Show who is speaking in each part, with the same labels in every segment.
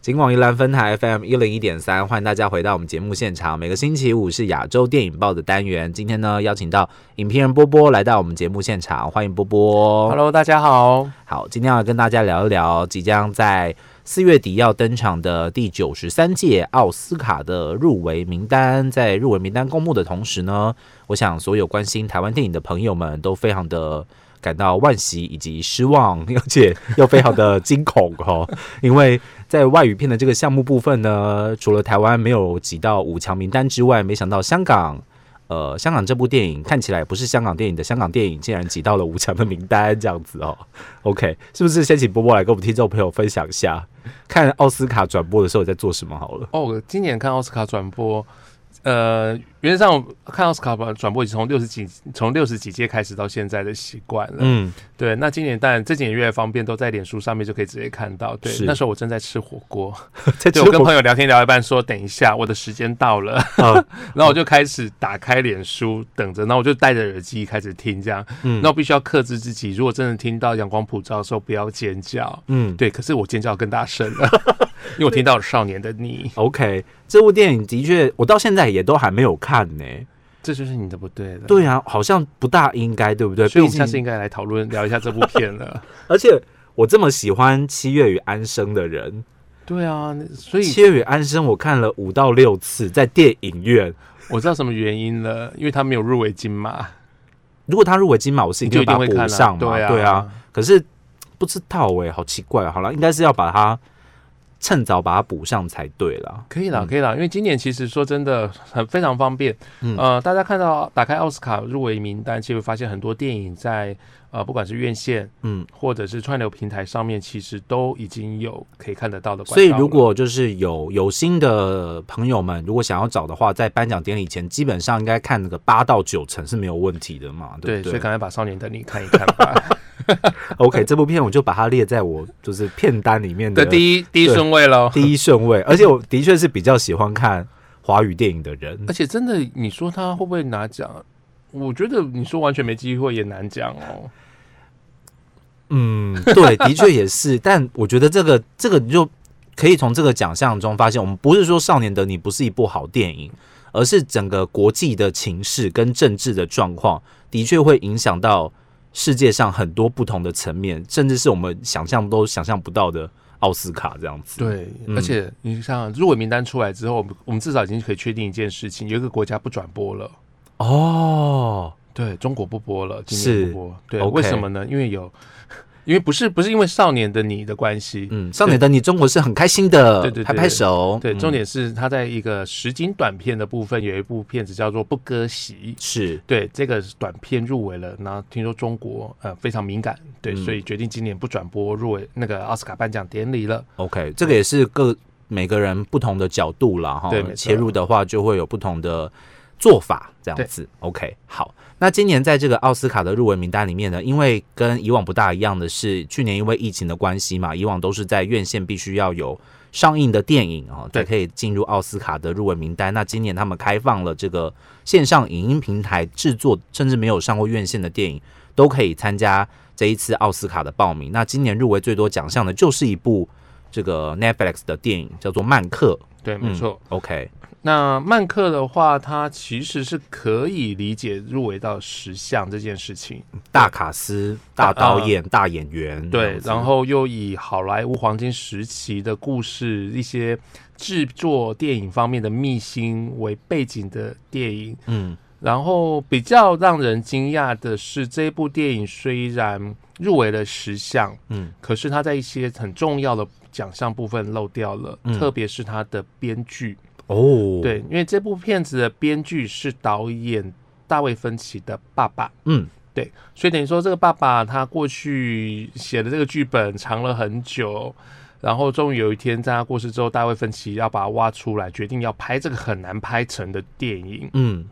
Speaker 1: 金广宜兰分台 FM 一零一点三，欢迎大家回到我们节目现场。每个星期五是亚洲电影报的单元，今天呢邀请到影评人波波来到我们节目现场，欢迎波波。
Speaker 2: Hello，大家好。
Speaker 1: 好，今天要跟大家聊一聊即将在四月底要登场的第九十三届奥斯卡的入围名单。在入围名单公布的同时呢，我想所有关心台湾电影的朋友们都非常的。感到惋惜以及失望，而且又非常的惊恐哦，因为在外语片的这个项目部分呢，除了台湾没有挤到五强名单之外，没想到香港，呃，香港这部电影看起来不是香港电影的香港电影，竟然挤到了五强的名单，这样子哦。OK，是不是先请波波来跟我们听众朋友分享一下，看奥斯卡转播的时候在做什么好了？
Speaker 2: 哦，我今年看奥斯卡转播，呃，原则上看奥斯卡转转播已经从六十几从六十几届开始到现在的习惯了。
Speaker 1: 嗯，
Speaker 2: 对，那今年当然这几年越来越方便，都在脸书上面就可以直接看到。对
Speaker 1: 是，
Speaker 2: 那时候我正在吃火锅，
Speaker 1: 在
Speaker 2: 对
Speaker 1: 中
Speaker 2: 我跟
Speaker 1: 国
Speaker 2: 朋友聊天聊一半说，等一下我的时间到了，
Speaker 1: 啊，
Speaker 2: 然后我就开始打开脸书等着，然后我就戴着耳机开始听这样。
Speaker 1: 嗯
Speaker 2: 那我必须要克制自己，如果真的听到阳光普照的时候，不要尖叫。
Speaker 1: 嗯，
Speaker 2: 对，可是我尖叫更大声了， 因为我听到了少年的你，
Speaker 1: OK，这部电影的确，我到现在也都还没有看呢、
Speaker 2: 这就是你的不对了。
Speaker 1: 对啊，好像不大应该，对不对？
Speaker 2: 所以
Speaker 1: 毕
Speaker 2: 我们下次
Speaker 1: 竟，
Speaker 2: 应该来讨论聊一下这部片 了。
Speaker 1: 而且我这么喜欢七月与安生的人，
Speaker 2: 对啊，那所以
Speaker 1: 七月与安生我看了五到六次，在电影院。
Speaker 2: 我知道什么原因了，因为他没有入围金马，
Speaker 1: 如果他入围金马，我是
Speaker 2: 你
Speaker 1: 定
Speaker 2: 就
Speaker 1: 会
Speaker 2: 一定
Speaker 1: 把它
Speaker 2: 会看
Speaker 1: 补
Speaker 2: 啊
Speaker 1: 上嘛，
Speaker 2: 对啊，
Speaker 1: 对啊。可是不知道哎、好奇怪、好了，应该是要把它趁早把它补上才对啦。
Speaker 2: 可以啦，
Speaker 1: 嗯
Speaker 2: 可以啦，因为今年其实说真的很非常方便。
Speaker 1: 嗯
Speaker 2: 呃，大家看到打开奥斯卡入围名单，其实会发现很多电影在呃，不管是院线
Speaker 1: 嗯，
Speaker 2: 或者是串流平台上面，其实都已经有可以看得到的管道
Speaker 1: 所以
Speaker 2: 了
Speaker 1: 如果就是有有心的朋友们，如果想要找的话，在颁奖典礼前，基本上应该看那个八到九成是没有问题的嘛，
Speaker 2: 对，
Speaker 1: 不对？
Speaker 2: 所以赶快把《少年的你》看一看 吧
Speaker 1: OK，这部片我就把它列在我就是片单里面
Speaker 2: 的
Speaker 1: 的一
Speaker 2: 第一第一顺位喽。
Speaker 1: 第一顺位，而且我的确是比较喜欢看华语电影的人。
Speaker 2: 而且真的，你说他会不会拿奖？我觉得你说完全没机会也难讲哦。
Speaker 1: 嗯，对，的确也是，但我觉得这个这个你就可以从这个奖项中发现，我们不是说《少年的你》不是一部好电影，而是整个国际的情势跟政治的状况，的确会影响到世界上很多不同的层面，甚至是我们想象都想象不到的奥斯卡这样子。
Speaker 2: 对，
Speaker 1: 嗯
Speaker 2: 而且你想想，入围名单出来之后，我们我们至少已经可以确定一件事情：有一个国家不转播了。
Speaker 1: 哦，
Speaker 2: 对中国不播了，今
Speaker 1: 是
Speaker 2: 年不播。对
Speaker 1: OK
Speaker 2: 为什么呢？因为有，因为不是不是因为《少年的你》的关系。
Speaker 1: 嗯，《少年的你》中国是很开心的，
Speaker 2: 对对对
Speaker 1: 拍拍手。
Speaker 2: 对，
Speaker 1: 嗯
Speaker 2: 重点是他在一个实景短片的部分有一部片子叫做《不割席》，
Speaker 1: 是
Speaker 2: 对，这个短片入围了，然后听说中国呃非常敏感，对，
Speaker 1: 嗯
Speaker 2: 所以决定今年不转播入围那个奥斯卡颁奖典礼了。
Speaker 1: OK，这个也是各每个人不同的角度啦，哈
Speaker 2: 嗯对没，错
Speaker 1: 切入的话就会有不同的做法，这样子。OK，好，那今年在这个奥斯卡的入围名单里面呢，因为跟以往不大一样的是，去年因为疫情的关系嘛，以往都是在院线必须要有上映的电影哦，才
Speaker 2: 对
Speaker 1: 可以进入奥斯卡的入围名单。那今年他们开放了这个线上影音平台制作，甚至没有上过院线的电影都可以参加这一次奥斯卡的报名。那今年入围最多奖项的就是一部这个 Netflix 的电影，叫做《曼克》。
Speaker 2: 对，没错。
Speaker 1: 嗯、，OK，
Speaker 2: 那曼克的话，他其实是可以理解入围到十项这件事情，
Speaker 1: 大卡司、大导演、大演员。
Speaker 2: 呃对，
Speaker 1: 这样子
Speaker 2: 然后又以好莱坞黄金时期的故事、一些制作电影方面的秘辛为背景的电影，
Speaker 1: 嗯
Speaker 2: 然后比较让人惊讶的是，这部电影虽然入围了十项，
Speaker 1: 嗯，
Speaker 2: 可是它在一些很重要的奖项部分漏掉了，
Speaker 1: 嗯
Speaker 2: 特别是它的编剧。
Speaker 1: 哦，，
Speaker 2: 对，因为这部片子的编剧是导演大卫芬奇的爸爸，
Speaker 1: 嗯
Speaker 2: 对，所以等于说这个爸爸他过去写的这个剧本藏了很久。然后终于有一天，在他过世之后，大卫芬奇要把他挖出来，决定要拍这个很难拍成的电影。
Speaker 1: 嗯，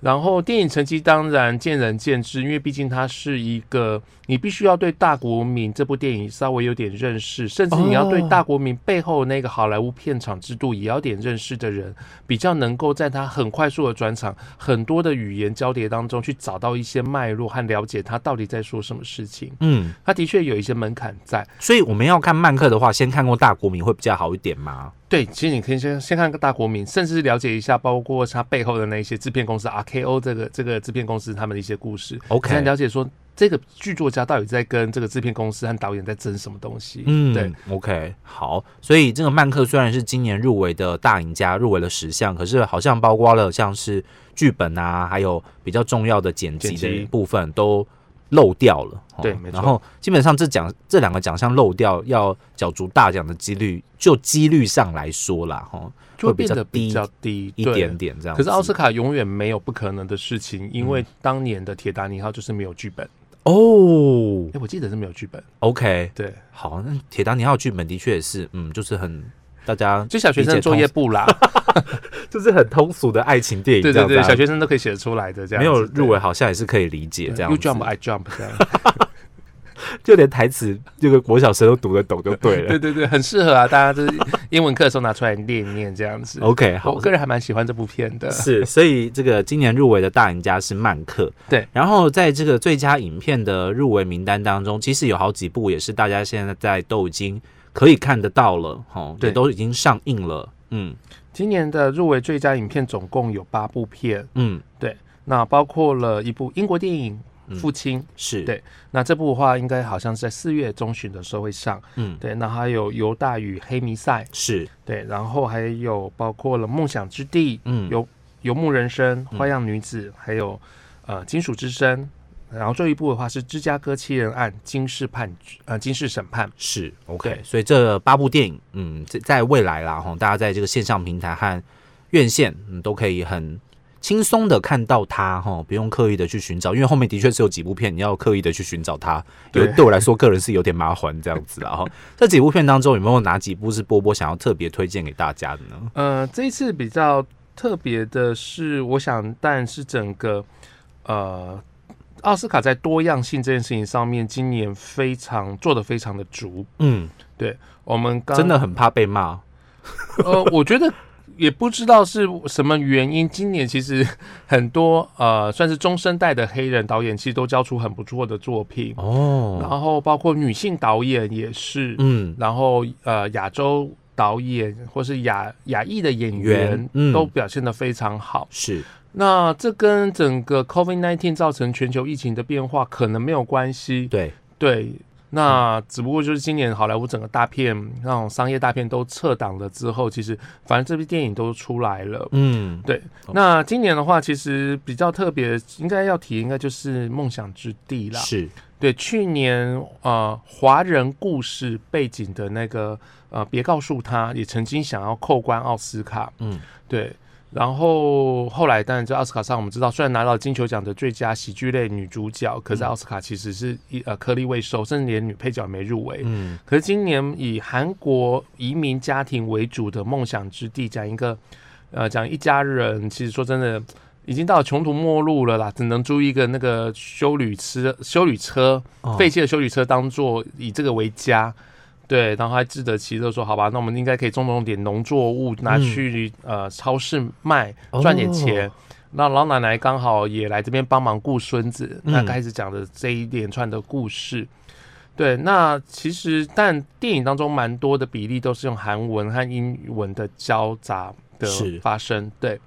Speaker 2: 然后电影成绩当然见仁见智，因为毕竟它是一个你必须要对大国民这部电影稍微有点认识，甚至你要对
Speaker 1: 哦
Speaker 2: 大国民背后那个好莱坞片场制度也要点认识的人，比较能够在他很快速的转场、很多的语言交叠当中去找到一些脉络和了解他到底在说什么事情。
Speaker 1: 嗯，
Speaker 2: 他的确有一些门槛在。
Speaker 1: 所以我们要看漫客的话，先看过大国民会比较好一点吗？
Speaker 2: 对，其实你可以先先看个大国民，甚至是了解一下，包括他背后的那一些制片公司 RKO 这个这个制片公司他们的一些故事
Speaker 1: OK
Speaker 2: 才能了解说这个剧作家到底在跟这个制片公司和导演在争什么东西。
Speaker 1: 嗯，
Speaker 2: 对。
Speaker 1: ，OK，好。所以这个漫客虽然是今年入围的大赢家，入围了十项，可是好像包括了像是剧本啊，还有比较重要的剪辑
Speaker 2: 剪辑
Speaker 1: 的部分都漏掉了。哦
Speaker 2: 对没错
Speaker 1: 然后基本上这奖这两个奖项漏掉，要角逐大奖的几率，就几率上来说啦，哈、
Speaker 2: 就
Speaker 1: 会
Speaker 2: 会
Speaker 1: 比
Speaker 2: 变
Speaker 1: 较
Speaker 2: 得
Speaker 1: 低
Speaker 2: 比较低
Speaker 1: 一
Speaker 2: 对
Speaker 1: 点点这样
Speaker 2: 可
Speaker 1: 子。嗯
Speaker 2: 是奥斯卡永远没有不可能的事情，因为当年的《铁达尼号》就是没有剧本。
Speaker 1: 哦
Speaker 2: 哎、我记得是没有剧本。
Speaker 1: ，OK，
Speaker 2: 对，
Speaker 1: 好，那铁达尼号剧本的确也是，嗯，就是很大家
Speaker 2: 就小学生作业簿 啦。
Speaker 1: 就是很通俗的爱情电影，
Speaker 2: 对
Speaker 1: 这
Speaker 2: 对
Speaker 1: 样子
Speaker 2: 对，
Speaker 1: 啊
Speaker 2: 小学生都可以写得出来的这样
Speaker 1: 没
Speaker 2: 子。
Speaker 1: 有入围好像也是可以理解
Speaker 2: 对
Speaker 1: 这样
Speaker 2: ，You
Speaker 1: 子
Speaker 2: jump, I jump 这样。
Speaker 1: 就连台词这个国小生都读得懂就 对了。
Speaker 2: 对对对，很适合啊，大家就是英文课的时候拿出来念一念这样子。
Speaker 1: OK，好
Speaker 2: 我，个人还蛮喜欢这部片的。
Speaker 1: 是，所以这个今年入围的大赢家是《曼克》。
Speaker 2: 对，
Speaker 1: 然后在这个最佳影片的入围名单当中，其实有好几部也是大家现在都已经可以看得到了，哦，也
Speaker 2: 对
Speaker 1: 都已经上映了。嗯
Speaker 2: 今年的入围最佳影片总共有八部片，
Speaker 1: 嗯，
Speaker 2: 那包括了一部英国电影
Speaker 1: 嗯
Speaker 2: 《父亲》，
Speaker 1: 是，
Speaker 2: 对那这部的话应该好像是在四月中旬的时候会上。
Speaker 1: 嗯
Speaker 2: 对，那还有《犹大与黑弥赛》，
Speaker 1: 是，
Speaker 2: 对，然后还有包括了《梦想之地》、
Speaker 1: 嗯
Speaker 2: 游游牧人生》、
Speaker 1: 嗯
Speaker 2: 《花样女子》，还有呃《金属之声》。然后这一部的话是《芝加哥七人案》金氏判决，呃金氏审判。
Speaker 1: 是 OK，
Speaker 2: 对
Speaker 1: 所以这八部电影，嗯，在在未来啦，哈，大家在这个线上平台和院线，嗯，都可以很轻松的看到它，哈，不用刻意的去寻找，因为后面的确是有几部片你要刻意的去寻找它，有
Speaker 2: 对
Speaker 1: 对我来说个人是有点麻烦这样子 啦，哈。这几部片当中有没有哪几部是波波想要特别推荐给大家的呢？
Speaker 2: 呃，这一次比较特别的是，我想，但是整个呃，奥斯卡在多样性这件事情上面，今年非常做的非常的足。
Speaker 1: 嗯，
Speaker 2: 我们刚
Speaker 1: 真的很怕被骂，
Speaker 2: 呃，我觉得也不知道是什么原因，今年其实 很多呃，算是中生代的黑人导演，其实都交出很不错的作品，
Speaker 1: 哦，
Speaker 2: 然后包括女性导演也是，
Speaker 1: 嗯，
Speaker 2: 然后呃，亚洲导演或是亚亚裔的演员
Speaker 1: 员嗯
Speaker 2: 都表现得非常好。
Speaker 1: 是，
Speaker 2: 那这跟整个 COVID-19 造成全球疫情的变化可能没有关系，
Speaker 1: 对，
Speaker 2: 对。那只不过就是今年好莱坞整个大片那种商业大片都撤档了之后，其实反正这部电影都出来了。
Speaker 1: 嗯，
Speaker 2: 对
Speaker 1: 哦，
Speaker 2: 那今年的话，其实比较特别，应该要提，应该就是《梦想之地》啦。
Speaker 1: 是，
Speaker 2: 对，去年呃，华人故事背景的那个呃，别告诉他，也曾经想要扣关奥斯卡，
Speaker 1: 嗯，
Speaker 2: 对。然后后来，当然在奥斯卡上，我们知道，虽然拿到金球奖的最佳喜剧类女主角，可
Speaker 1: 嗯
Speaker 2: 是奥斯卡其实是一呃颗粒未收，甚至连女配角也没入围。
Speaker 1: 嗯，
Speaker 2: 可是今年以韩国移民家庭为主的《梦想之地》，讲一个呃，讲一家人，其实说真的，已经到了穷途末路了啦，只能租一个那个修旅车、修旅车
Speaker 1: 哦
Speaker 2: 废弃的修旅车当做以这个为家。对，然后还自得其乐说：“好吧，那我们应该可以种种点农作物，
Speaker 1: 嗯
Speaker 2: 拿去、呃超市卖，
Speaker 1: 哦
Speaker 2: 赚点钱。那老奶奶刚好也来这边帮忙顾孙子，
Speaker 1: 嗯
Speaker 2: 那开始讲的这一连串的故事。对，那其实但电影当中蛮多的比例都是用韩文和英文的交杂的
Speaker 1: 是
Speaker 2: 发生。对，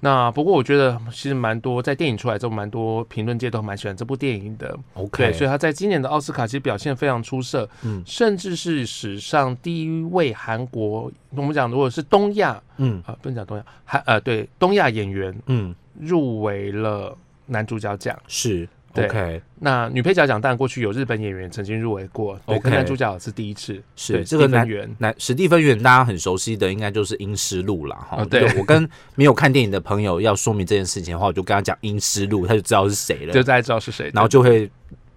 Speaker 2: 那不过我觉得其实蛮多在电影出来之后，蛮多评论界都蛮喜欢这部电影的。对，
Speaker 1: ，OK，
Speaker 2: 所以他在今年的奥斯卡其实表现非常出色，
Speaker 1: 嗯
Speaker 2: 甚至是史上第一位韩国，我们讲如果是东亚啊、
Speaker 1: 嗯
Speaker 2: 呃不能讲东亚，韩呃对东亚演员
Speaker 1: 嗯，
Speaker 2: 入围了男主角奖。
Speaker 1: 是
Speaker 2: 对
Speaker 1: ，OK。
Speaker 2: 那女配角奖当然过去有日本演员曾经入围过，对
Speaker 1: OK
Speaker 2: 跟男主角是第一次，
Speaker 1: 是
Speaker 2: 对
Speaker 1: 这个
Speaker 2: 史蒂芬
Speaker 1: 男
Speaker 2: 源
Speaker 1: 那史蒂芬源大家很熟悉的，应该就是《阴尸路》啦，哈、
Speaker 2: 啊对
Speaker 1: 就我跟没有看电影的朋友要说明这件事情的话，我就跟他讲《阴尸路》，他就知道是谁
Speaker 2: 就
Speaker 1: 了，
Speaker 2: 大家知道是谁，
Speaker 1: 然后就会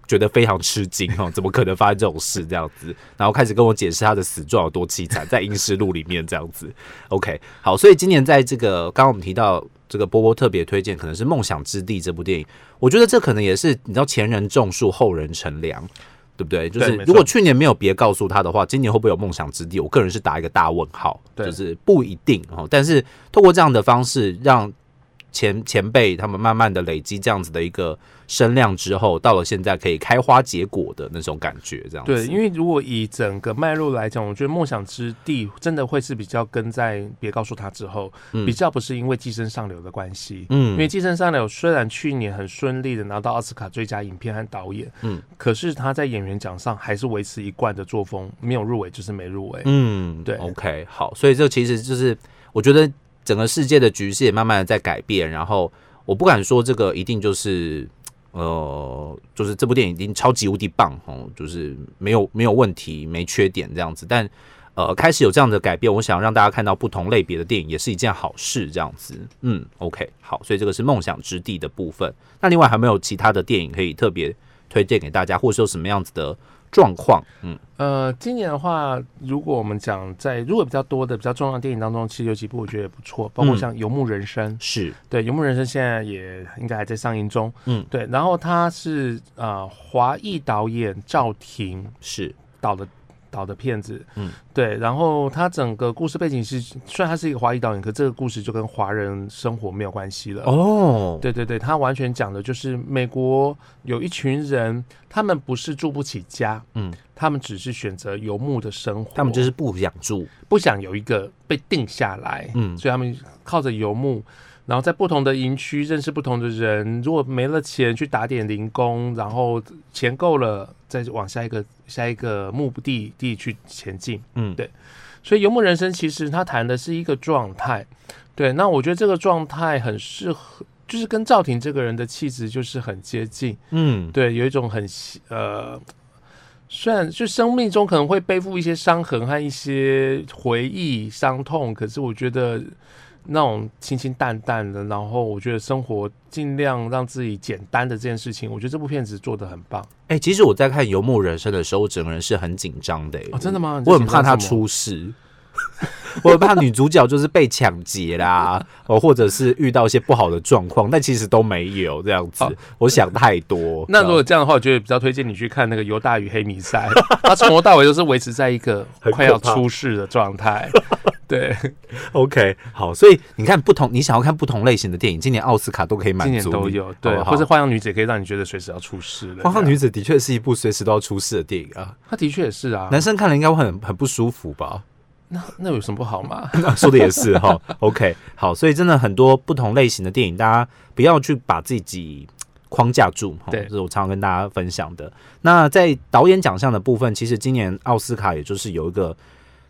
Speaker 1: 觉得非常吃惊哦，怎么可能发生这种事这样子？然后开始跟我解释他的死状有多凄惨，在《英诗录》里面这样子。OK，好，所以今年在这个刚刚我们提到这个波波特别推荐，可能是《梦想之地》这部电影，我觉得这可能也是你知道前人种树，后人乘凉。对不对？就是
Speaker 2: 没错
Speaker 1: 如果去年没有别告诉他的话，今年会不会有梦想之地？我个人是打一个大问号，
Speaker 2: 对
Speaker 1: 就是不一定哦。但是透过这样的方式，让前前辈他们慢慢的累积这样子的一个声量之后，到了现在可以开花结果的那种感觉，这样子。
Speaker 2: 对，因为如果以整个脉络来讲，我觉得《梦想之地》真的会是比较跟在《别告诉他》之后，
Speaker 1: 嗯
Speaker 2: 比较不是因为《寄生上流》的关系。
Speaker 1: 嗯，
Speaker 2: 因为《寄生上流》虽然去年很顺利的拿到奥斯卡最佳影片和导演，
Speaker 1: 嗯
Speaker 2: 嗯，可是他在演员奖上还是维持一贯的作风，没有入围就是没入围。
Speaker 1: 嗯，
Speaker 2: 对
Speaker 1: ，OK，好，所以这其实就是我觉得整个世界的局势也慢慢的在改变，然后我不敢说这个一定就是呃，就是这部电影已经超级无敌棒哦，就是没有没有问题、没缺点这样子，但呃，开始有这样的改变，我想让大家看到不同类别的电影也是一件好事，这样子，嗯，OK，好，所以这个是梦想之地的部分。那另外还没有其他的电影可以特别推荐给大家，或者是有什么样子的状况？嗯
Speaker 2: 呃，今年的话，如果我们讲在如果比较多的比较重要的电影当中，其实有几部我觉得也不错，包括
Speaker 1: 嗯
Speaker 2: 像《游牧人生》
Speaker 1: 是，
Speaker 2: 对，《游牧人生》现在也应该还在上映中。
Speaker 1: 嗯
Speaker 2: 嗯，对。然后他是呃华裔导演赵婷
Speaker 1: 是，
Speaker 2: 导的导的片子。
Speaker 1: 嗯
Speaker 2: 嗯，对。然后他整个故事背景是，虽然他是一个华裔导演，可这个故事就跟华人生活没有关系了。
Speaker 1: 哦，
Speaker 2: 对对对，他完全讲的就是美国有一群人，他们不是住不起家，
Speaker 1: 嗯
Speaker 2: 嗯，他们只是选择游牧的生活，
Speaker 1: 他们就是不想住，
Speaker 2: 不想有一个被定下来，
Speaker 1: 嗯
Speaker 2: 所以他们靠着游牧，然后在不同的营区认识不同的人。如果没了钱，去打点零工，然后钱够了，再往下一个下一个目的地去前进。
Speaker 1: 嗯
Speaker 2: 对所以游牧人生其实它谈的是一个状态，对。那我觉得这个状态很适合，就是跟赵婷这个人的气质就是很接近，
Speaker 1: 嗯，
Speaker 2: 对，有一种很呃，虽然就生命中可能会背负一些伤痕和一些回忆、伤痛，可是我觉得那种清清淡淡的，然后我觉得生活尽量让自己简单的这件事情，我觉得这部片子做的很棒
Speaker 1: 哎、其实我在看《游牧人生》的时候，我整个人是很紧张的、欸
Speaker 2: 哦，真的吗？
Speaker 1: 我很怕他出事， 我很怕女主角就是被抢劫啦， 哦，或者是遇到一些不好的状况，但其实都没有这样子。
Speaker 2: 哦
Speaker 1: 我想太多。
Speaker 2: 那如果
Speaker 1: 我
Speaker 2: 这样的话，我觉得比较推荐你去看那个《犹大与黑弥赛》，他从头到尾都是维持在一个
Speaker 1: 很
Speaker 2: 快要
Speaker 1: 可怕
Speaker 2: 出事的状态。对，
Speaker 1: OK 好，所以你看不同，你想要看不同类型的电影，今年奥斯卡都可以满
Speaker 2: 今
Speaker 1: 足
Speaker 2: 年
Speaker 1: 你，
Speaker 2: 都有，对，
Speaker 1: 好不好
Speaker 2: 或者《花样女子》也可以让你觉得随时要出事了。
Speaker 1: 《花花
Speaker 2: 这样
Speaker 1: 女子》的确是一部随时都要出事的电影啊，
Speaker 2: 他的确也是啊，
Speaker 1: 男生看了应该会很很不舒服吧？
Speaker 2: 那那有什么不好 吗？
Speaker 1: 说的也是哈。OK，好，所以真的很多不同类型的电影，大家不要去把自己框架住哈。
Speaker 2: 对
Speaker 1: 这是我常常跟大家分享的。那在导演奖项的部分，其实今年奥斯卡也就是有一个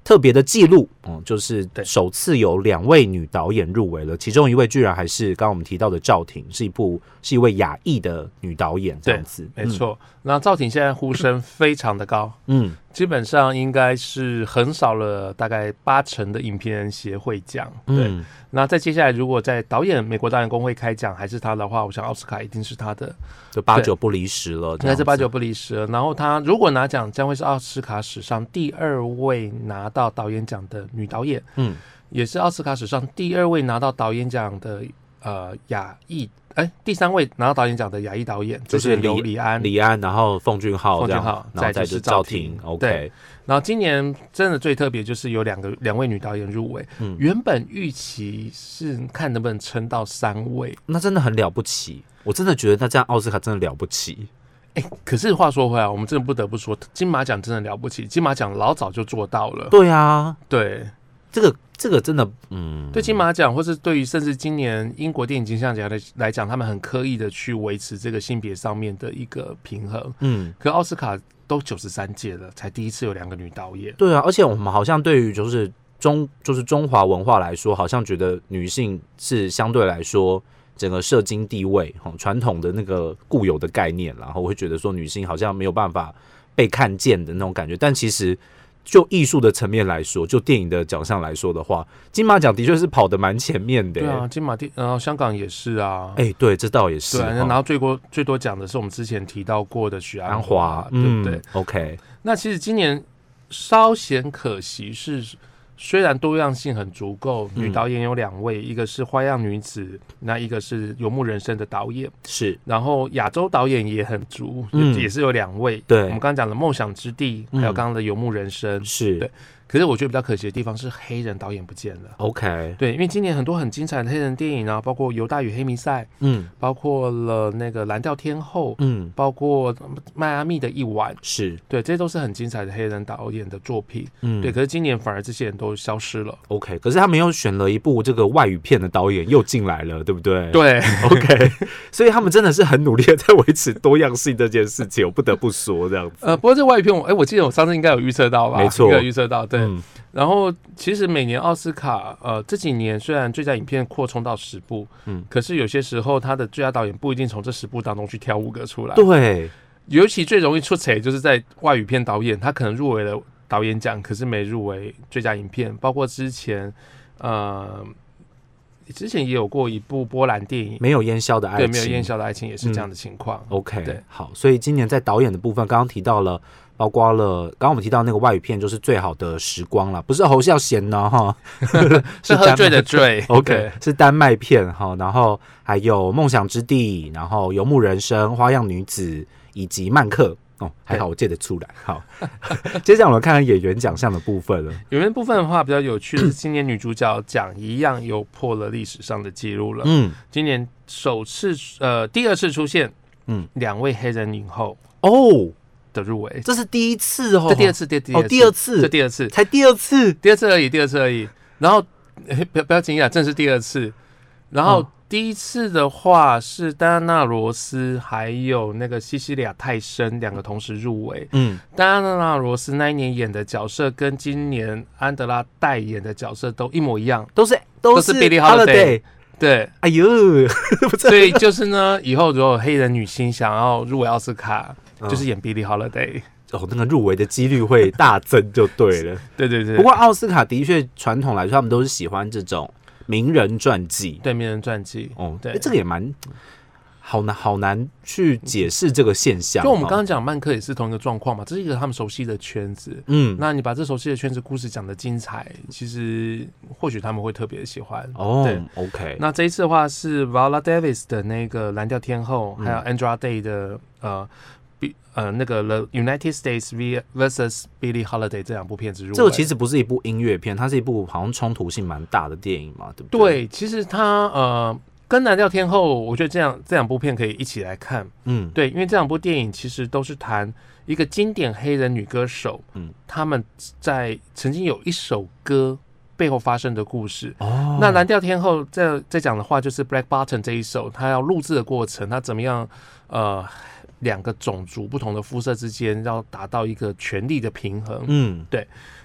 Speaker 1: 特别的记录，嗯，就是
Speaker 2: 对
Speaker 1: 首次有两位女导演入围了，其中一位居然还是刚刚我们提到的赵婷，是一部是一位亚裔的女导演，这样子，
Speaker 2: 没错。那赵婷现在呼声非常的高，
Speaker 1: 嗯，嗯，
Speaker 2: 基本上应该是横扫了大概八成的影评人协会奖。对，
Speaker 1: 嗯，
Speaker 2: 那再接下来如果在导演美国导演工会开奖还是他的话，我想奥斯卡一定是他的，
Speaker 1: 就八九不离十了，
Speaker 2: 应该
Speaker 1: 这
Speaker 2: 是
Speaker 1: 样
Speaker 2: 八
Speaker 1: 子
Speaker 2: 九不离十了。然后他如果拿奖，将会是奥斯卡史上第二位拿到导演奖的女导演，
Speaker 1: 嗯，
Speaker 2: 也是奥斯卡史上第二位拿到导演奖的呃亚裔。哎，第三位拿到导演奖的亚裔导演
Speaker 1: 就是
Speaker 2: 由
Speaker 1: 李
Speaker 2: 李安，
Speaker 1: 李安，然后奉俊昊
Speaker 2: 奉
Speaker 1: 这
Speaker 2: 俊
Speaker 1: 样，
Speaker 2: 昊
Speaker 1: 然后
Speaker 2: 再
Speaker 1: 再
Speaker 2: 就是
Speaker 1: 赵
Speaker 2: 赵
Speaker 1: 婷
Speaker 2: 婷
Speaker 1: ，OK，
Speaker 2: 对然后今年真的最特别就是有两个两位女导演入围，
Speaker 1: 嗯
Speaker 2: 原本预期是看能不能撑到三位，
Speaker 1: 那真的很了不起，我真的觉得那这样奥斯卡真的了不 起，
Speaker 2: 哎，可是话说回来，我们真的不得不说，金马奖真的了不起，金马奖老早就做到了，
Speaker 1: 对啊，
Speaker 2: 对
Speaker 1: 这个这个真的，嗯，
Speaker 2: 对，金马奖或是对于甚至今年英国电影金像奖来来讲，他们很刻意的去维持这个性别上面的一个平衡，
Speaker 1: 嗯，
Speaker 2: 可奥斯卡都九十三届了，才第一次有两个女导演，
Speaker 1: 对啊，而且我们好像对于就是中就是中华文化来说，好像觉得女性是相对来说。整个社经地位，哈，传统的那个固有的概念，然后会觉得说女性好像没有办法被看见的那种感觉，但其实就艺术的层面来说，就电影的奖项来说的话，金马奖的确是跑得蛮前面的、
Speaker 2: 对啊，金马地，然后香港也是啊，
Speaker 1: 哎、对，这倒也是哦
Speaker 2: 对
Speaker 1: 哈。
Speaker 2: 啊，然后最多最多奖的是我们之前提到过的许
Speaker 1: 安
Speaker 2: 鞍
Speaker 1: 华，
Speaker 2: 对不
Speaker 1: 嗯，
Speaker 2: 对？
Speaker 1: ，OK，
Speaker 2: 那其实今年稍显可惜是，虽然多样性很足够，
Speaker 1: 嗯
Speaker 2: 女导演有两位，一个是《花样女子》，那一个是《游牧人生》的导演，
Speaker 1: 是
Speaker 2: 然后亚洲导演也很足，
Speaker 1: 嗯
Speaker 2: 也是有两位。
Speaker 1: 对
Speaker 2: 我们刚刚讲的《梦想之地》，
Speaker 1: 嗯
Speaker 2: 还有刚刚的《游牧人生》
Speaker 1: 是
Speaker 2: 对可是我觉得比较可惜的地方是黑人导演不见了。
Speaker 1: ，OK，
Speaker 2: 对，因为今年很多很精彩的黑人电影啊，包括《犹大与黑弥赛》，
Speaker 1: 嗯
Speaker 2: 包括了那个《蓝调天后》，
Speaker 1: 嗯，
Speaker 2: 包括《迈阿密的一晚》，
Speaker 1: 是，
Speaker 2: 对，这些都是很精彩的黑人导演的作品。
Speaker 1: 嗯，
Speaker 2: 对，可是今年反而这些人都消失了。
Speaker 1: ，OK，可是他们又选了一部这个外语片的导演又进来了，对不对？
Speaker 2: 对，
Speaker 1: ，OK，所以他们真的是很努力的在维持多样性这件事情，我不得不说这样子。
Speaker 2: 呃，不过这外语片我，哎、我记得我上次应该有预测到吧？
Speaker 1: 没错
Speaker 2: 应该有预测到。对，
Speaker 1: 嗯
Speaker 2: 然后其实每年奥斯卡，呃，这几年虽然最佳影片扩充到十部，
Speaker 1: 嗯
Speaker 2: 嗯，可是有些时候他的最佳导演不一定从这十部当中去挑五个出来。
Speaker 1: 对，
Speaker 2: 尤其最容易出彩就是在外语片导演，他可能入围了导演奖，可是没入围最佳影片。包括之前，呃，之前也有过一部波兰电影，
Speaker 1: 没有烟消的爱
Speaker 2: 对，
Speaker 1: 情，
Speaker 2: 没有烟。消的爱情也是这样的情况。
Speaker 1: OK，
Speaker 2: 对
Speaker 1: 好，所以今年在导演的部分，刚刚提到了，包括了刚刚我们提到那个外语片，就是《最好的时光》啦，不是侯孝贤呢，哈，
Speaker 2: 是
Speaker 1: 丹麦
Speaker 2: 喝醉的 醉
Speaker 1: OK，
Speaker 2: 对
Speaker 1: 是丹麦片哈，然后还有《梦想之地》，然后《游牧人生》《花样女子》以及《曼克》哦，还好我借得出来。好， 接下来我们看看演员奖项的部分了。
Speaker 2: 有些部分的话比较有趣的是，今年女主角奖一样又破了历史上的记录了。
Speaker 1: 嗯，
Speaker 2: 今年首次呃第二次出现，
Speaker 1: 嗯
Speaker 2: 嗯，两位黑人影后
Speaker 1: 哦，
Speaker 2: 的入围，
Speaker 1: 这是第一次哦，
Speaker 2: 这第二次，第第
Speaker 1: 哦第二次
Speaker 2: 这第二次，
Speaker 1: 才第二次，
Speaker 2: 第二次而已，第二次而已。然后不要不要惊讶，正是第二次。然后
Speaker 1: 哦
Speaker 2: 第一次的话是戴安娜罗斯还有那个西西里亚泰森两个同时入围，
Speaker 1: 嗯，
Speaker 2: 戴安娜·罗斯那一年演的角色跟今年安德拉戴演的角色都一模一样，
Speaker 1: 都是都
Speaker 2: 都是 Billie Holiday 对，
Speaker 1: 哎呦，
Speaker 2: 所以就是呢，以后如果有黑人女星想要入围奥斯卡，
Speaker 1: 嗯
Speaker 2: 就是演 Billie Holiday。
Speaker 1: 哦，那个入围的几率会大增就对了。
Speaker 2: 对对对，
Speaker 1: 不过奥斯卡的确传统来说，他们都是喜欢这种名人传记。
Speaker 2: 对名人传记，
Speaker 1: 哦，
Speaker 2: 对
Speaker 1: 诶这个也蛮好难，好难去解释这个现象。
Speaker 2: 就我们
Speaker 1: 哦
Speaker 2: 刚刚讲曼克也是同一个状况嘛，这是一个他们熟悉的圈子。
Speaker 1: 嗯，
Speaker 2: 那你把这熟悉的圈子故事讲的精彩，其实或许他们会特别喜欢。对
Speaker 1: 哦，OK，
Speaker 2: 那这一次的话是 Viola Davis 的那个蓝调天后，还
Speaker 1: 嗯
Speaker 2: 有 Andra Day 的呃。比呃，那个《The United States V vs Billie Holiday》这两部片子入围，
Speaker 1: 这个其实不是一部音乐片，它是一部好像冲突性蛮大的电影嘛，对不对？对，
Speaker 2: 对，其实它呃跟《蓝调天后》，我觉得这样这两部片可以一起来看，
Speaker 1: 嗯，
Speaker 2: 对，因为这两部电影其实都是谈一个经典黑人女歌手，
Speaker 1: 嗯
Speaker 2: 嗯，他们在曾经有一首歌背后发生的故事，
Speaker 1: 哦，
Speaker 2: 那蓝调天后在在讲的话就是 Black Button 这一首，他要录制的过程，他怎么样呃两个种族不同的肤色之间要达到一个权力的平衡。
Speaker 1: 嗯，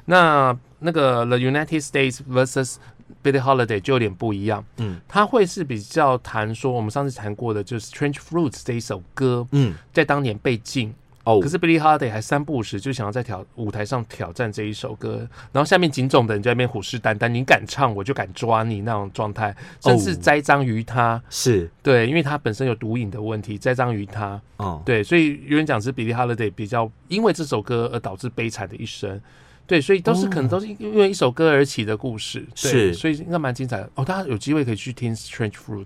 Speaker 2: 那那个 The United States vs Billie Holiday 就有点不一样，
Speaker 1: 嗯，
Speaker 2: 他会是比较谈说我们上次谈过的，就是 Strange Fruits 这一首歌
Speaker 1: 嗯，
Speaker 2: 在当年被禁，
Speaker 1: 哦，
Speaker 2: 可是 Billie Holiday 还三不五时就想要在挑舞台上挑战这一首歌，然后下面警总的人就在那边虎视眈眈，你敢唱我就敢抓你那种状态，甚至
Speaker 1: 哦
Speaker 2: 栽赃于他。
Speaker 1: 是，
Speaker 2: 对，因为他本身有毒瘾的问题，栽赃于他。
Speaker 1: 嗯，
Speaker 2: 对，所以有人讲是 Billie Holiday 比较因为这首歌而导致悲惨的一生。对，所以都是
Speaker 1: 哦
Speaker 2: 可能都是因为一首歌而起的故事，对
Speaker 1: 是
Speaker 2: 所以应该蛮精彩的哦。大家有机会可以去听《Strange Fruit》，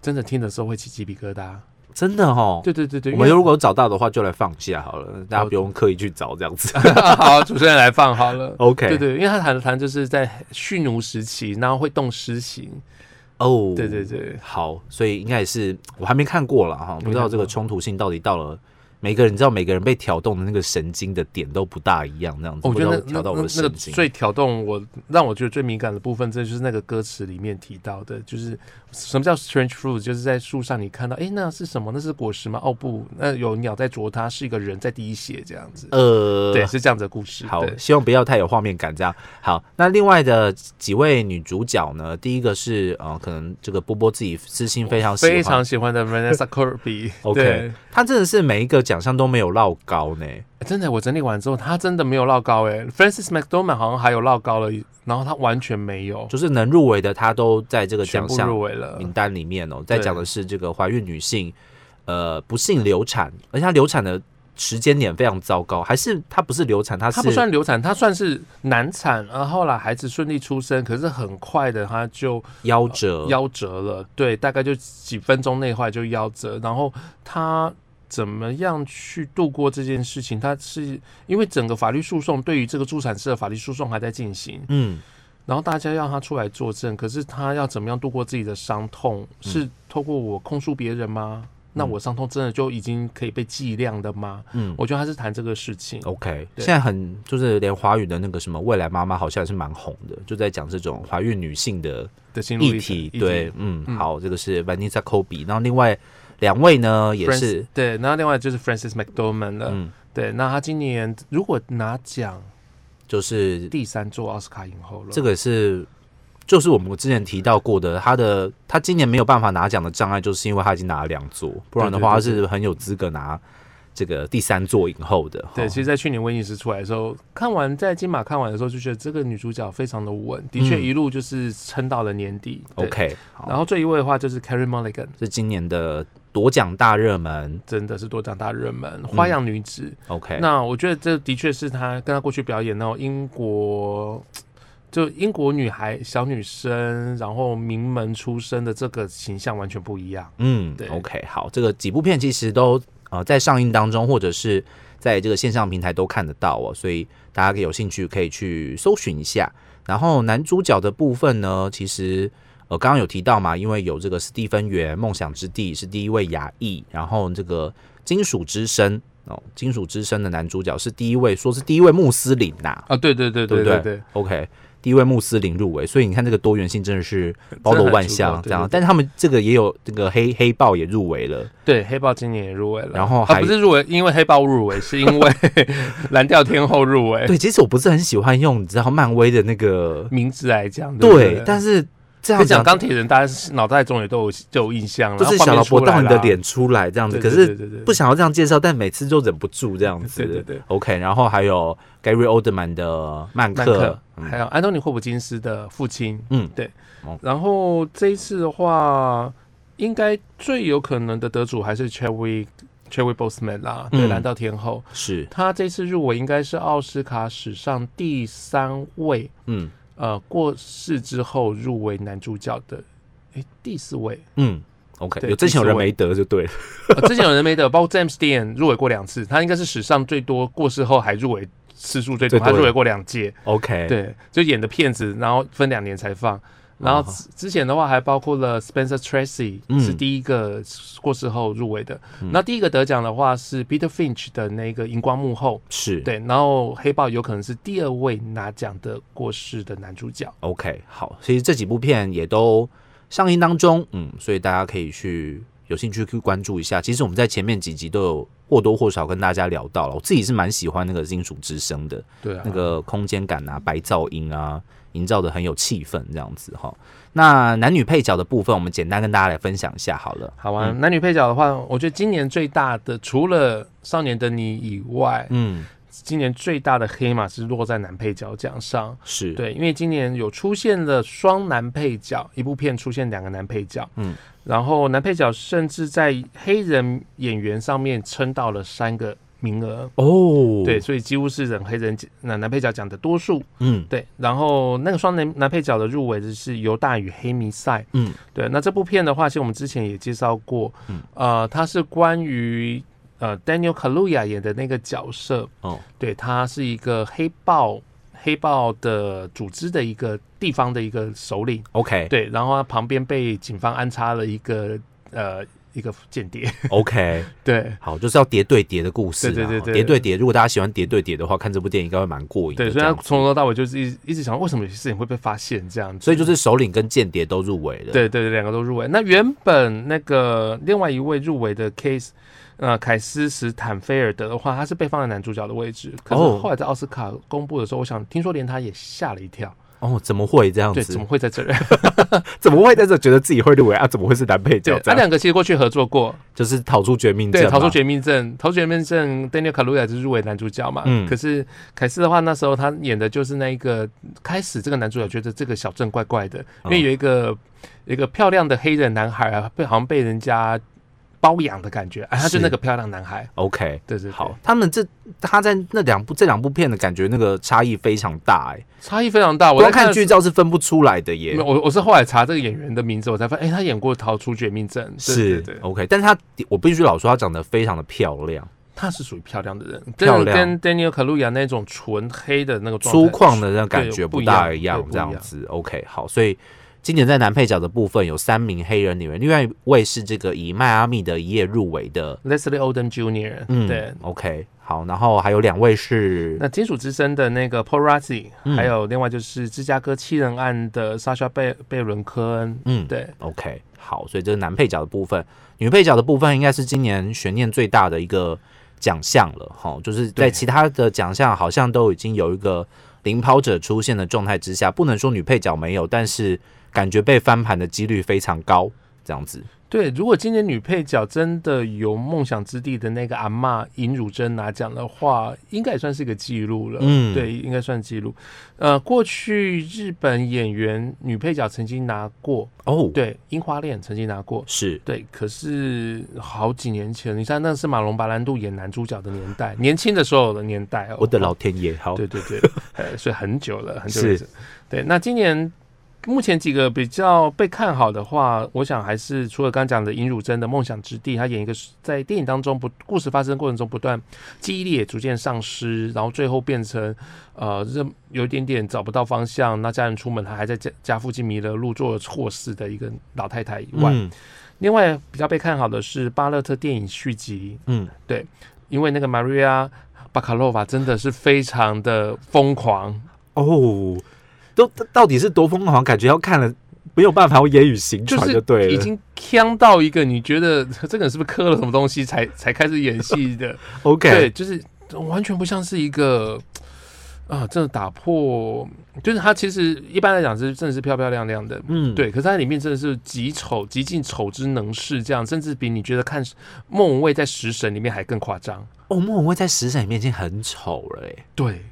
Speaker 2: 真的听的时候会起鸡皮疙瘩。
Speaker 1: 真的哦。
Speaker 2: 对对对对，
Speaker 1: 我
Speaker 2: 因为
Speaker 1: 们如果找到的话，就来放下好了，大家不用刻意去找这样子。
Speaker 2: 好，主持人来放好了。
Speaker 1: OK，
Speaker 2: 对对，因为他谈的谈就是在蓄奴时期，然后会动诗行。
Speaker 1: 哦，
Speaker 2: 对对对，
Speaker 1: 好，所以应该也是我还没看过了哈，不知道这个
Speaker 2: 没看过
Speaker 1: 冲突性到底到了。每个人你知道，每个人被挑动的那个神经的点都不大一样，这样子。
Speaker 2: 我觉
Speaker 1: 不
Speaker 2: 得
Speaker 1: 知道挑
Speaker 2: 那那
Speaker 1: 到我的
Speaker 2: 那那个
Speaker 1: 神经。
Speaker 2: 最挑动我，让我觉得最敏感的部分，这就是那个歌词里面提到的，就是什么叫 strange fruit，就是在树上你看到，哎，那是什么？那是果实吗？哦不，那有鸟在啄它，是一个人在滴血这样子。
Speaker 1: 呃，
Speaker 2: 对，是这样子的故事。
Speaker 1: 好
Speaker 2: 对，
Speaker 1: 希望不要太有画面感。这样好，那另外的几位女主角呢？第一个是呃，可能这个波波自己私心非常喜欢，
Speaker 2: 非常喜欢的 Vanessa Kirby。
Speaker 1: OK
Speaker 2: 哦对
Speaker 1: 她真的是每一个奖项都没有落高呢。
Speaker 2: 欸真的，我整理完之后，他真的没有落高哎、f r a n c i s McDormand 好像还有落高了，然后他完全没有，
Speaker 1: 就是能入围的，他都在这个
Speaker 2: 全
Speaker 1: 奖
Speaker 2: 部
Speaker 1: 项
Speaker 2: 入围了。
Speaker 1: 名单里面哦。在讲的是这个怀孕女性，呃，不幸流产，而且她流产的时间点非常糟糕，还是她不是流产，她是
Speaker 2: 她不算流产，她算是难产，然后后来孩子顺利出生，可是很快的她就
Speaker 1: 夭折，
Speaker 2: 呃夭折了，对，大概就几分钟内后来就夭折。然后她怎么样去度过这件事情？她是因为整个法律诉讼对于这个助产士的法律诉讼还在进行，
Speaker 1: 嗯，
Speaker 2: 然后大家要她出来作证，可是她要怎么样度过自己的伤痛？
Speaker 1: 嗯
Speaker 2: 是透过我控诉别人吗？那我伤痛真的就已经可以被计量的吗？
Speaker 1: 嗯哦
Speaker 2: 我觉得她是谈这个事情。
Speaker 1: OK，
Speaker 2: 对
Speaker 1: 现在很就是连华语的那个什么未来妈妈好像也是蛮红的，就在讲这种怀孕女性的
Speaker 2: 的心路
Speaker 1: 议
Speaker 2: 历程
Speaker 1: 题。
Speaker 2: 议
Speaker 1: 对，嗯，
Speaker 2: 嗯
Speaker 1: 好，这个是 Vanessa Kobe，然后另外两位呢也
Speaker 2: Francis-
Speaker 1: 是，
Speaker 2: 对，那另外就是 Francis McDormand 了。
Speaker 1: 嗯，
Speaker 2: 对，那他今年如果拿奖，
Speaker 1: 就是
Speaker 2: 第三座奥斯卡影后了。
Speaker 1: 这个是就是我们之前提到过的，他的他今年没有办法拿奖的障碍，就是因为他已经拿了两座，不然的话他
Speaker 2: 对对对
Speaker 1: 是很有资格拿这个第三座影后的。
Speaker 2: 对，
Speaker 1: 哈
Speaker 2: 其实，在去年威尼斯出来的时候，看完在金马看完的时候，就觉得这个女主角非常的稳，的确
Speaker 1: 嗯
Speaker 2: 一路就是撑到了年底。对
Speaker 1: OK，
Speaker 2: 然
Speaker 1: 好，
Speaker 2: 后最一位的话就是 Carrie Mulligan，
Speaker 1: 是今年的夺奖大热门。
Speaker 2: 真的是多长大热
Speaker 1: 嗯
Speaker 2: 门，花样女子。
Speaker 1: OK，
Speaker 2: 那我觉得这的确是她跟她过去表演那种英国。就英国女孩、小女生，然后名门出身的这个形象完全不一样。
Speaker 1: 嗯
Speaker 2: 对
Speaker 1: ，OK，好，这个几部片其实都呃在上映当中，或者是在这个线上平台都看得到哦，所以大家有兴趣可以去搜寻一下。然后男主角的部分呢，其实呃刚刚有提到嘛，因为有这个史蒂芬·源，《梦想之地》是第一位亚裔，然后这个《金属之声》哦，《金属之声》的男主角是第一位，说是第一位穆斯林呐、
Speaker 2: 啊，对对对
Speaker 1: 对不
Speaker 2: 对
Speaker 1: 对 OK，第一位穆斯林入围，所以你看这个多元性真的 是包罗万象，
Speaker 2: 真的很足够
Speaker 1: 这样
Speaker 2: 对对。对
Speaker 1: 但是他们这个也有这个黑黑豹也入围了，
Speaker 2: 对，黑豹今年也入围了，
Speaker 1: 然后
Speaker 2: 啊
Speaker 1: 还
Speaker 2: 不是入围，因为黑豹入围， 是因为蓝调天后入围。
Speaker 1: 对，其实我不是很喜欢用你知道漫威的那个，
Speaker 2: 名字来讲，不
Speaker 1: 对，但是这样
Speaker 2: 就讲
Speaker 1: 讲
Speaker 2: 钢铁人，大家脑袋中也都有就有印象了，
Speaker 1: 就是
Speaker 2: 然后画
Speaker 1: 想要
Speaker 2: 面
Speaker 1: 博
Speaker 2: 出来
Speaker 1: 到你的
Speaker 2: 啦，
Speaker 1: 脸出来这样子，
Speaker 2: 对
Speaker 1: 可
Speaker 2: 对
Speaker 1: 是
Speaker 2: 对对对
Speaker 1: 不想要这样介绍，但每次都忍不住这样子。
Speaker 2: 对对对
Speaker 1: OK，然后还有 Gary Oldman 的曼
Speaker 2: 曼克
Speaker 1: 克，，嗯
Speaker 2: 还有安东尼霍普金斯的父亲。
Speaker 1: 嗯
Speaker 2: 对
Speaker 1: 哦。
Speaker 2: 然后这一次的话，应该最有可能的得主还是 Chadwick Chadwick Boseman 啦，对，
Speaker 1: 嗯
Speaker 2: 蓝调天后，
Speaker 1: 是，
Speaker 2: 他这次入围应该是奥斯卡史上第三位。
Speaker 1: 嗯
Speaker 2: 呃过世之后入围男主角的，诶，第四位。
Speaker 1: 嗯，OK，
Speaker 2: 对
Speaker 1: 有之前有
Speaker 2: 第四
Speaker 1: 人
Speaker 2: 位
Speaker 1: 没得就对了。
Speaker 2: 呃之前有 人没得，包括 James Dean 入围过两次，他应该是史上最多过世后还入围次数最多，
Speaker 1: 最多
Speaker 2: 他
Speaker 1: 的
Speaker 2: 入围过两届。
Speaker 1: OK，
Speaker 2: 对，就演的片子，然后分两年才放。然后
Speaker 1: 哦
Speaker 2: 之之前的话还包括了 Spencer Tracy
Speaker 1: 嗯
Speaker 2: 是第一个过世后入围的，那、第一个得奖的话是 Peter Finch 的那个《荧光幕后》，
Speaker 1: 是，
Speaker 2: 对，然后黑豹有可能是第二位拿奖的过世的男主角，
Speaker 1: OK，好，其实这几部片也都上映当中，嗯，所以大家可以去有兴趣去关注一下。其实我们在前面几集都有或多或少跟大家聊到了，我自己是蛮喜欢那个金属之声的，
Speaker 2: 对啊
Speaker 1: 那个空间感啊、白噪音啊，营造的很有气氛这样子哈。那男女配角的部分，我们简单跟大家来分享一下好了。
Speaker 2: 好啊，男女配角的话，我觉得今年最大的除了《少年的你》以外，
Speaker 1: 嗯，
Speaker 2: 今年最大的黑马是落在男配角奖上。
Speaker 1: 是，
Speaker 2: 对，因为今年有出现了双男配角，一部片出现两个男配角，
Speaker 1: 嗯，
Speaker 2: 然后男配角甚至在黑人演员上面撑到了三个名额，
Speaker 1: 哦，
Speaker 2: 对，，所以几乎是人黑人男男配角奖的多数。
Speaker 1: 嗯
Speaker 2: 对，然后那个双男男配角的入围的是《犹大与黑弥赛》。
Speaker 1: 嗯，
Speaker 2: 对，那这部片的话，其实我们之前也介绍过，
Speaker 1: 嗯
Speaker 2: 呃，它是关于呃 Daniel Kaluuya 演的那个角色，
Speaker 1: 哦，
Speaker 2: 对他是一个黑豹黑豹的组织的一个地方的一个首领，
Speaker 1: ，OK，
Speaker 2: 对，然后他旁边被警方安插了一个呃一个间谍，
Speaker 1: ，OK，
Speaker 2: 对。
Speaker 1: 好，就是要叠对叠的故事啦，啊
Speaker 2: 对对对对
Speaker 1: 叠对叠。如果大家喜欢叠对叠的话，看这部电影应该会蛮过瘾的
Speaker 2: 对，
Speaker 1: 这
Speaker 2: 所以他
Speaker 1: 样子。
Speaker 2: 从头到尾就是一直一直想，为什么有些事情会被发现这样子？
Speaker 1: 所以就是首领跟间谍都入围了。，
Speaker 2: 对对对，两个都入围。那原本那个另外一位入围的 case，呃，凯斯·史坦菲尔德的话，他是被放在男主角的位置，可是
Speaker 1: 哦
Speaker 2: 后来在奥斯卡公布的时候，我想听说连他也吓了一跳，
Speaker 1: 哦，怎么会这样
Speaker 2: 对，
Speaker 1: 子
Speaker 2: 怎？么会 在这里？
Speaker 1: 怎么会在这觉得自己会入围啊？怎么会是男配角
Speaker 2: 对，
Speaker 1: 这
Speaker 2: 他
Speaker 1: 样？
Speaker 2: 两个其实过去合作过，
Speaker 1: 就是逃出绝命
Speaker 2: 对，
Speaker 1: 镇嘛，
Speaker 2: 逃出绝命镇，逃出绝命镇，Daniel Kaluuya 就是入围男主角嘛。
Speaker 1: 嗯
Speaker 2: 可是凯斯的话，那时候他演的就是那一个开始，这个男主角觉得这个小镇怪怪的，
Speaker 1: 嗯
Speaker 2: 因为有一个、有一个漂亮的黑人男孩啊，被好像被人家包养的感觉，啊，他就是那个漂亮男孩。
Speaker 1: OK，
Speaker 2: 对对对
Speaker 1: 好，，他们这他在那两部这两部片的感觉那个差异非常大哎、
Speaker 2: 差异非常大。我在
Speaker 1: 光
Speaker 2: 看
Speaker 1: 看
Speaker 2: 的时
Speaker 1: 剧照是分不出来的耶
Speaker 2: 候。没有我我是后来查这个演员的名字，我才发现，哎、他演过《逃出绝命镇》对，
Speaker 1: 是
Speaker 2: 对对哦
Speaker 1: OK，但是他我必须老说，他长得非常的漂亮，
Speaker 2: 他是属于漂亮的人，
Speaker 1: 漂亮
Speaker 2: 跟跟 Daniel Kaluuya 那种纯黑的那个状态
Speaker 1: 粗犷的那种感觉
Speaker 2: 对不一
Speaker 1: 大
Speaker 2: 样
Speaker 1: 一样
Speaker 2: 对，不
Speaker 1: 这
Speaker 2: 一样
Speaker 1: 样子 OK 好，所以今年在男配角的部分有三名黑人演员，另外一位是这个以迈阿密的一夜入围的，
Speaker 2: Leslie Odom Jr.，、
Speaker 1: 嗯，
Speaker 2: 对。
Speaker 1: ，OK 好，然后还有两位是
Speaker 2: 那金属之声的那个 Porazzi，、
Speaker 1: 嗯
Speaker 2: 还有另外就是芝加哥七人案的莎莎贝贝伦科恩，
Speaker 1: 嗯
Speaker 2: 对，
Speaker 1: OK，好，所以这是男配角的部分，女配角的部分应该是今年悬念最大的一个奖项了哈，就是在
Speaker 2: 对
Speaker 1: 其他的奖项好像都已经有一个领跑者出现的状态之下，不能说女配角没有，但是感觉被翻盘的几率非常高，这样子，
Speaker 2: 对。如果今年女配角真的有《梦想之地》的那个阿嬷尹汝贞拿奖的话，应该也算是一个记录了。
Speaker 1: 嗯
Speaker 2: 对，应该算记录。呃，过去日本演员女配角曾经拿过，
Speaker 1: 哦，，
Speaker 2: 对，《樱花恋》曾经拿过，
Speaker 1: 是
Speaker 2: 对，可是好几年前，你像那是马龙白兰度演男主角的年代，年轻的时候的年代哦。
Speaker 1: 我的老天爷，好，
Speaker 2: 对对 对，呃，所以很久了，很久
Speaker 1: 是
Speaker 2: 了。对，那今年目前几个比较被看好的话，我想还是除了刚讲的尹汝贞的《梦想之地》，她演一个在电影当中不故事发生过程中不断记忆力也逐渐丧失，然后最后变成呃认有一点点找不到方向，那家人出门她还在家家附近迷了路做了错事的一个老太太以外，
Speaker 1: 嗯
Speaker 2: 另外比较被看好的是巴勒特电影续集，
Speaker 1: 嗯，
Speaker 2: 因为那个 Maria。巴卡洛娃真的是非常的疯狂，
Speaker 1: 哦，都到底是多疯狂，感觉要看了没有办法，我言语行
Speaker 2: 就
Speaker 1: 传
Speaker 2: 是
Speaker 1: 就对了，
Speaker 2: 已经呛到一个你觉得 这个人是不是磕了什么东西才才开始演戏的？对，
Speaker 1: OK，
Speaker 2: 就是完全不像是一个啊，真的打破，就是他其实一般来讲是真的是漂漂亮亮的。
Speaker 1: 嗯，
Speaker 2: 对，可是它里面真的是极丑，极尽丑之能事，这样，甚至比你觉得看莫文蔚在《食神》里面还更夸张。
Speaker 1: 哦，莫文蔚在食神里面已经很丑了耶，
Speaker 2: 对，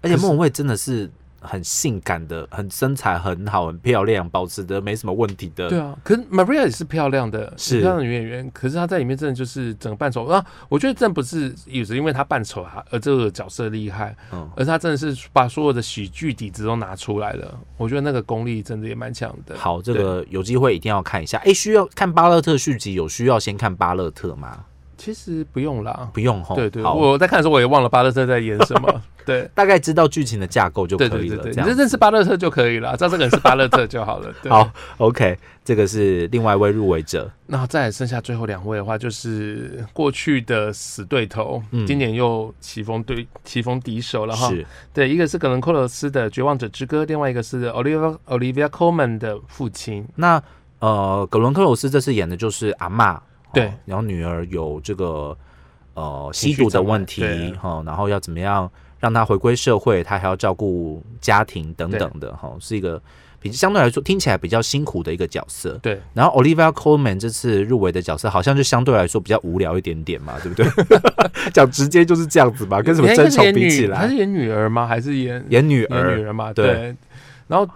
Speaker 1: 而且
Speaker 2: 可是
Speaker 1: 莫文蔚真的是很性感的，很身材很好，很漂亮，保持的没什么问题的。
Speaker 2: 对啊，可是 Maria 也是漂亮的，
Speaker 1: 是
Speaker 2: 漂亮的女演员。可是她在里面真的就是整个扮丑啊！我觉得真的不是也是因为她扮丑啊，而这个角色厉害，
Speaker 1: 嗯
Speaker 2: 而她真的是把所有的喜剧底子都拿出来了。我觉得那个功力真的也蛮强的。
Speaker 1: 好，这
Speaker 2: 对
Speaker 1: 个有机会一定要看一下。哎，需要看巴勒特续集，有需要先看巴勒特吗？
Speaker 2: 其实不用啦，
Speaker 1: 不用吼。
Speaker 2: 对对，
Speaker 1: 哦好，
Speaker 2: 我在看的时候我也忘了巴勒特在演 什么。对
Speaker 1: 大概知道剧情的架构就可
Speaker 2: 对对
Speaker 1: 以
Speaker 2: 对
Speaker 1: 了。
Speaker 2: 对，
Speaker 1: 这
Speaker 2: 你就
Speaker 1: 样
Speaker 2: 认识巴勒特就可以了，知道这个人是巴勒特就 好了。对
Speaker 1: 好，OK，这个是另外一位入围者。
Speaker 2: 那再来剩下最后两位的话，就是过去的死对头，
Speaker 1: 嗯
Speaker 2: 今年又棋逢对棋逢敌手了哈。
Speaker 1: 是
Speaker 2: 对，一个是格伦·寇勒斯的《绝望者之歌》，另外一个是 Olivia Olivia Colman 的父亲。
Speaker 1: 那呃，葛伦克鲁斯这次演的就是阿嬷，哦
Speaker 2: 对
Speaker 1: 然后女儿有这个呃
Speaker 2: 情
Speaker 1: 吸
Speaker 2: 绪
Speaker 1: 毒的
Speaker 2: 障碍
Speaker 1: 问题
Speaker 2: 对
Speaker 1: 哈、哦然后要怎么样让她回归社会，她还要照顾家庭等等的哈、哦是一个比相对来说听起来比较辛苦的一个角色。
Speaker 2: 对，
Speaker 1: 然后 Olivia Colman 这次入围的角色好像就相对来说比较无聊一点点嘛，对不对？ 讲直接就是这样子吧，跟什么
Speaker 2: 诶
Speaker 1: 争
Speaker 2: 她是
Speaker 1: 吵
Speaker 2: 演
Speaker 1: 比起
Speaker 2: 女，她
Speaker 1: 来
Speaker 2: 是，演女儿吗？还是演
Speaker 1: 演女
Speaker 2: 演
Speaker 1: 儿
Speaker 2: 女儿嘛？
Speaker 1: 对
Speaker 2: 对。然后，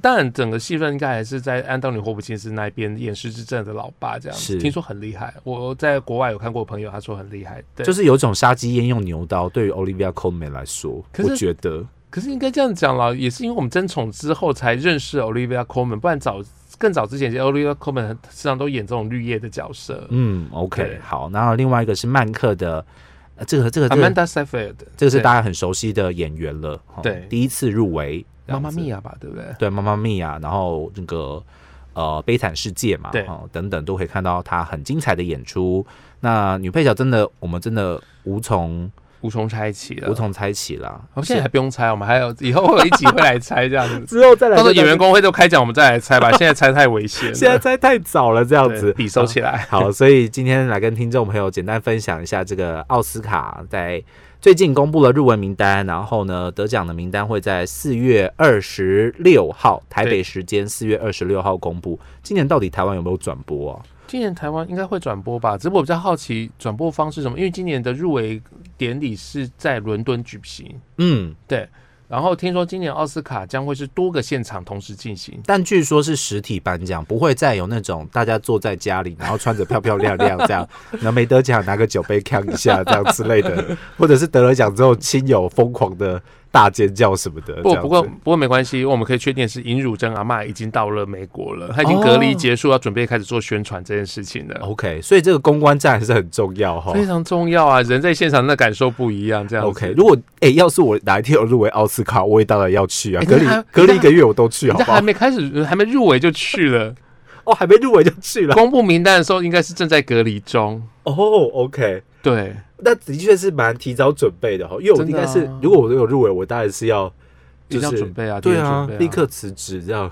Speaker 2: 当然整个戏份应该还是在安东尼·霍普金斯那边演失智症的老爸这样。
Speaker 1: 是
Speaker 2: 听说很厉害，我在国外有看过朋友，他说很厉害。对，
Speaker 1: 就是有一种杀鸡焉用牛刀，对于 Olivia Colman 来说，
Speaker 2: 可是
Speaker 1: 我觉得
Speaker 2: 可是应该这样讲啦，也是因为我们争宠之后才认识 Olivia Colman，不然早更早之前其实，Olivia Colman 很时常都演这种绿叶的角色。
Speaker 1: 嗯，OK，
Speaker 2: 对
Speaker 1: 好。然后另外一个是曼克的，呃、这个这个这个
Speaker 2: Amanda Seyfried，
Speaker 1: 这个是
Speaker 2: 对
Speaker 1: 大家很熟悉的演员了，哦
Speaker 2: 对
Speaker 1: 第一次入围这
Speaker 2: 妈
Speaker 1: 样
Speaker 2: 妈
Speaker 1: 子
Speaker 2: 咪呀吧，对不对？
Speaker 1: 对妈妈咪啊呀，然后那个呃悲惨世界嘛，
Speaker 2: 对
Speaker 1: 哦，等等都可以看到她很精彩的演出。那女配角真的，我们真的无从
Speaker 2: 无从猜起了。
Speaker 1: 无，从猜起啦。
Speaker 2: 我们现在还不用猜，我们还有以后会有一集会来猜这样子。
Speaker 1: 之后再
Speaker 2: 到
Speaker 1: 来
Speaker 2: 时候演员工会都开奖，我们再 来猜吧。现在猜太危险了，
Speaker 1: 现在嗯猜太早了，这样
Speaker 2: 对
Speaker 1: 子
Speaker 2: 笔收起来。
Speaker 1: 好，所以今天来跟听众朋友简单分享一下这个奥斯卡在最近公布了入围名单，然后呢，得奖的名单会在四月二十六号台北时间四月二十六号公布。今年到底台湾有没有转播啊？
Speaker 2: 今年台湾应该会转播吧，只不过我比较好奇转播方式什么，因为今年的入围典礼是在伦敦举行，
Speaker 1: 嗯，
Speaker 2: 对。然后听说今年奥斯卡将会是多个现场同时进行，
Speaker 1: 但据说是实体颁奖，不会再有那种大家坐在家里，然后穿着漂漂亮亮这 样，然后没得奖拿个酒杯扛一下这样之类的，或者是得了奖之后亲友疯狂的大尖叫什么的。
Speaker 2: 不
Speaker 1: 呃这样子
Speaker 2: 不过不过没关系，因为我们可以确定是尹汝贞阿嬷已经到了美国了，她已经
Speaker 1: 哦
Speaker 2: 隔离结束，要准备开始做宣传这件事情了，
Speaker 1: ，OK，所以这个公关战还是很重要哈。
Speaker 2: 非常重要啊！人在现场那感受不一样，这样子
Speaker 1: 哦 OK，如果哎、要是我哪一天有入围奥斯卡，我也当然要去啊，
Speaker 2: 哎
Speaker 1: 隔离
Speaker 2: 那还
Speaker 1: 隔离一个月我都去，
Speaker 2: 人
Speaker 1: 好
Speaker 2: 家
Speaker 1: 不
Speaker 2: 还
Speaker 1: 好？
Speaker 2: 没开始，还没入围就 去了。
Speaker 1: 哦，还没入围就去了。
Speaker 2: 公布名单的时候，应该是正在隔离中。
Speaker 1: 哦，OK，
Speaker 2: 对，
Speaker 1: 那的确是蛮提早准备的哈，因为我应该是
Speaker 2: 真的啊，
Speaker 1: 如果我有入围，我当然是要
Speaker 2: 一定要
Speaker 1: 就是
Speaker 2: 准备啊，
Speaker 1: 对
Speaker 2: 提前
Speaker 1: 啊
Speaker 2: 准备，
Speaker 1: 立刻辞职这样。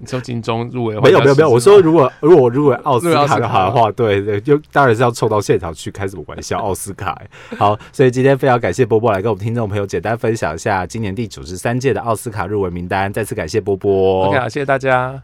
Speaker 2: 你说金钟入围的话
Speaker 1: 没有没有没有，我说
Speaker 2: 你要辞职
Speaker 1: 如
Speaker 2: 吗
Speaker 1: 果如果我入围奥斯
Speaker 2: 入围奥斯
Speaker 1: 卡
Speaker 2: 卡
Speaker 1: 的话，对对，就当然是要冲到现场去，开什么玩笑？奥斯卡、欸好， 所以今天非常感谢波波来跟我们听众朋友简单分享一下今年第九十三届的奥斯卡入围名单，再次感谢波波。哦
Speaker 2: OK 啊，谢谢大家。